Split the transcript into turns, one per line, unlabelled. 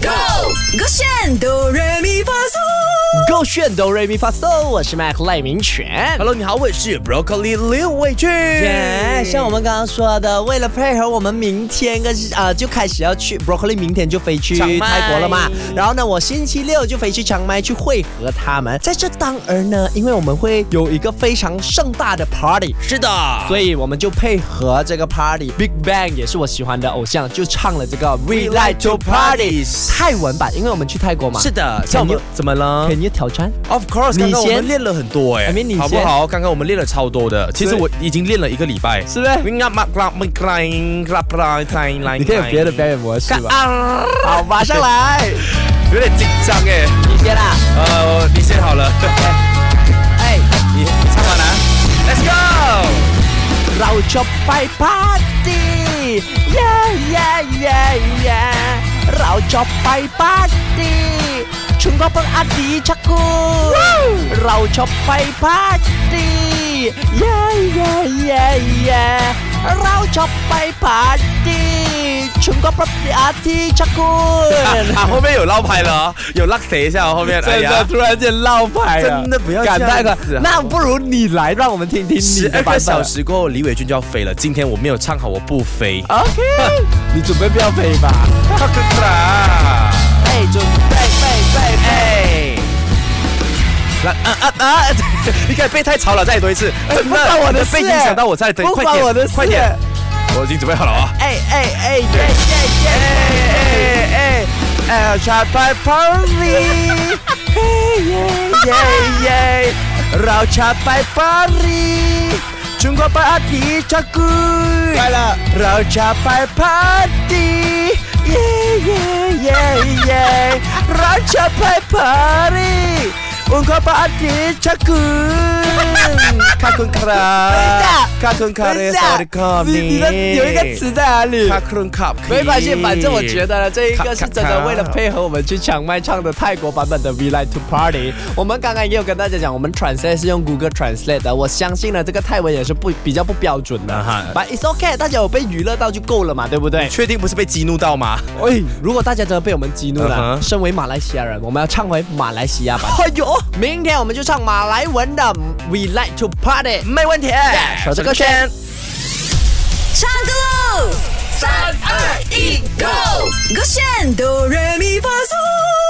Go，
勾选哆来咪发嗦，
勾选哆瑞咪发嗦，我是 Mac 赖明全。
Hello，你好，我是 Broccoli 刘伟俊。
耶像我们刚刚说的，为了配合我们明天跟啊、就开始要去 Broccoli，明天就飞去
清迈
泰国了嘛。然后呢，我星期六就飞去清迈去会合他们。在这当儿呢，因为我们会有一个非常盛大的 party，
是的，
所以我们就配合这个 party，Big Bang 也是我喜欢的偶像，就唱了这个 We Like to Party 泰文版，因为我们去泰国嘛。
是的，像我
Can
们
you
怎么了
Can you 挑战？
？Of course，刚刚我
你
们
先
练了很多哎
I mean，你
好不
先
好？刚刚我们练了超多的，其实
对
我已经练了一个礼拜。
是不是？你
你
可以有别的表演模式吧？
啊，
好，马上来，
有点紧张哎。
你先啦。
呃，你先 好了，
哎，
你你唱完了啊，Let's go。
เราจะไปปาร์ตี้เย้เย้เย้เย้เราจะไปปาร์ตี้ชุงก็เป็นอดีตชักกูเราจะไปปาร์ตี้เย้เย้เย้เย้เราจะไปปาร์ตี้ชุงก็เป็นอดีตชักกู
啊，后面有绕牌了哦，有拉谁一下哦后面。哎
真的
呀，
突然间落牌了，
真的不要
感
这
叹
样
个
子，啊
那不如你来，让我们听听你
十
的
二
版本
个小。时过后，李伟俊就要飞了。今天我没有唱好，我不 飞。
OK，你准备不要飞吧？
克克啦！
哎，准备备备
哎，来啊啊啊！ 你看背太吵了，再多一次。真
不关
的，
我的事欸
被影响到我，再等，
不
快
关
点，
我的事欸
快点，我已经准备好了啊。
哎哎哎，耶耶耶耶哎哎哎，Shut by Party，嘿耶耶耶，绕 Shut by Party，中国巴黎唱歌，快乐，绕 Shut by Party，耶耶耶耶，绕 Shut by Party，中国巴黎唱歌。
卡坤卡啦，卡坤卡嘞，萨利卡
你你的有一个词在哪里？
卡坤卡。
没关系，反正我觉得呢，这一个是真的为了
合。
配合我们去抢麦唱的泰国版本的《We Like to Party》。我们刚刚也有跟大家讲，我们 translate 是用 Google Translate 的。我相信呢，这个泰文也是不比较不标准的
啊哈。
But it's okay，大家有被娱乐到就够了嘛，对不对
你？确定不是被激怒到吗？
哎，如果大家真的被我们激怒了
嗯哼
身为马来西亚人，我们要唱回马来西亚版。哎呦，明天我们就唱马来文的《We Like to Party》。
没问题。
手这个圈。
唱歌喽！三二一，Go！勾选哆来咪发嗦。